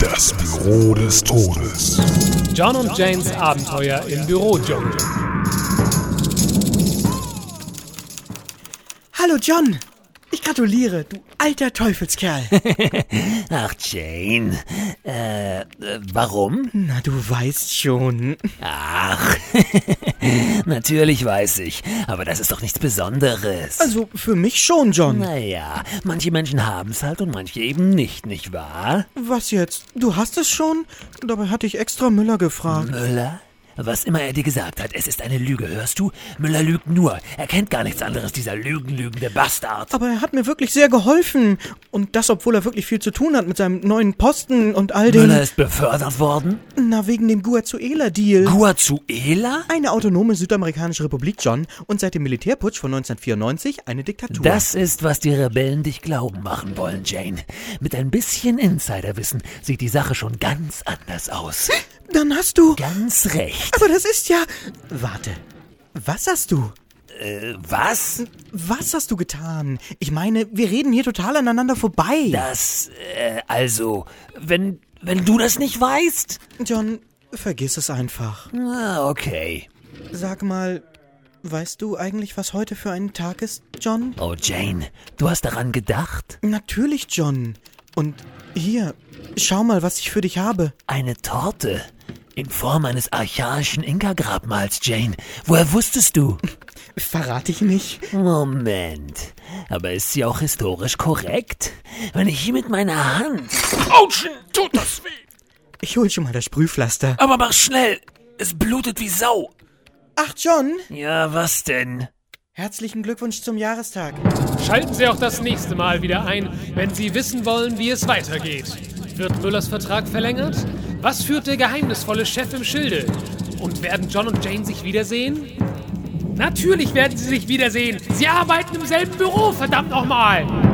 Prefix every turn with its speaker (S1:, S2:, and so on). S1: Das Büro des Todes.
S2: John und Janes Abenteuer im Büro, John.
S3: Hallo John! Ich gratuliere, du alter Teufelskerl.
S4: Ach, Jane. Äh, äh, warum?
S3: Na, du weißt schon.
S4: Ach, natürlich weiß ich. Aber das ist doch nichts Besonderes.
S3: Also für mich schon, John.
S4: Naja, manche Menschen haben es halt und manche eben nicht, nicht wahr?
S3: Was jetzt? Du hast es schon? Dabei hatte ich extra Müller gefragt.
S4: Müller? Was immer er dir gesagt hat, es ist eine Lüge, hörst du? Müller lügt nur. Er kennt gar nichts anderes, dieser lügenlügende Bastard.
S3: Aber er hat mir wirklich sehr geholfen. Und das, obwohl er wirklich viel zu tun hat mit seinem neuen Posten und all dem.
S4: Müller ist befördert worden?
S3: Na, wegen dem Guazuela-Deal.
S4: Guazuela?
S3: Eine autonome südamerikanische Republik, John, und seit dem Militärputsch von 1994 eine Diktatur.
S4: Das ist, was die Rebellen dich glauben machen wollen, Jane. Mit ein bisschen Insiderwissen sieht die Sache schon ganz anders aus.
S3: Dann hast du.
S4: Ganz recht.
S3: Aber das ist ja. Warte. Was hast du?
S4: Äh, was?
S3: Was hast du getan? Ich meine, wir reden hier total aneinander vorbei.
S4: Das, äh, also, wenn, wenn du das nicht weißt?
S3: John, vergiss es einfach.
S4: Ah, okay.
S3: Sag mal, weißt du eigentlich, was heute für ein Tag ist, John?
S4: Oh, Jane, du hast daran gedacht?
S3: Natürlich, John. Und hier, schau mal, was ich für dich habe.
S4: Eine Torte. In Form eines archaischen Inka-Grabmals, Jane. Woher wusstest du?
S3: Verrate ich nicht?
S4: Moment. Aber ist sie auch historisch korrekt? Wenn ich hier mit meiner Hand.
S1: Autschen, tut das weh.
S3: Ich hol schon mal das Sprühpflaster.
S4: Aber mach schnell! Es blutet wie Sau.
S3: Ach, John!
S4: Ja, was denn?
S3: Herzlichen Glückwunsch zum Jahrestag.
S2: Schalten Sie auch das nächste Mal wieder ein, wenn Sie wissen wollen, wie es weitergeht. Wird Müllers Vertrag verlängert? Was führt der geheimnisvolle Chef im Schilde? Und werden John und Jane sich wiedersehen? Natürlich werden sie sich wiedersehen. Sie arbeiten im selben Büro, verdammt nochmal!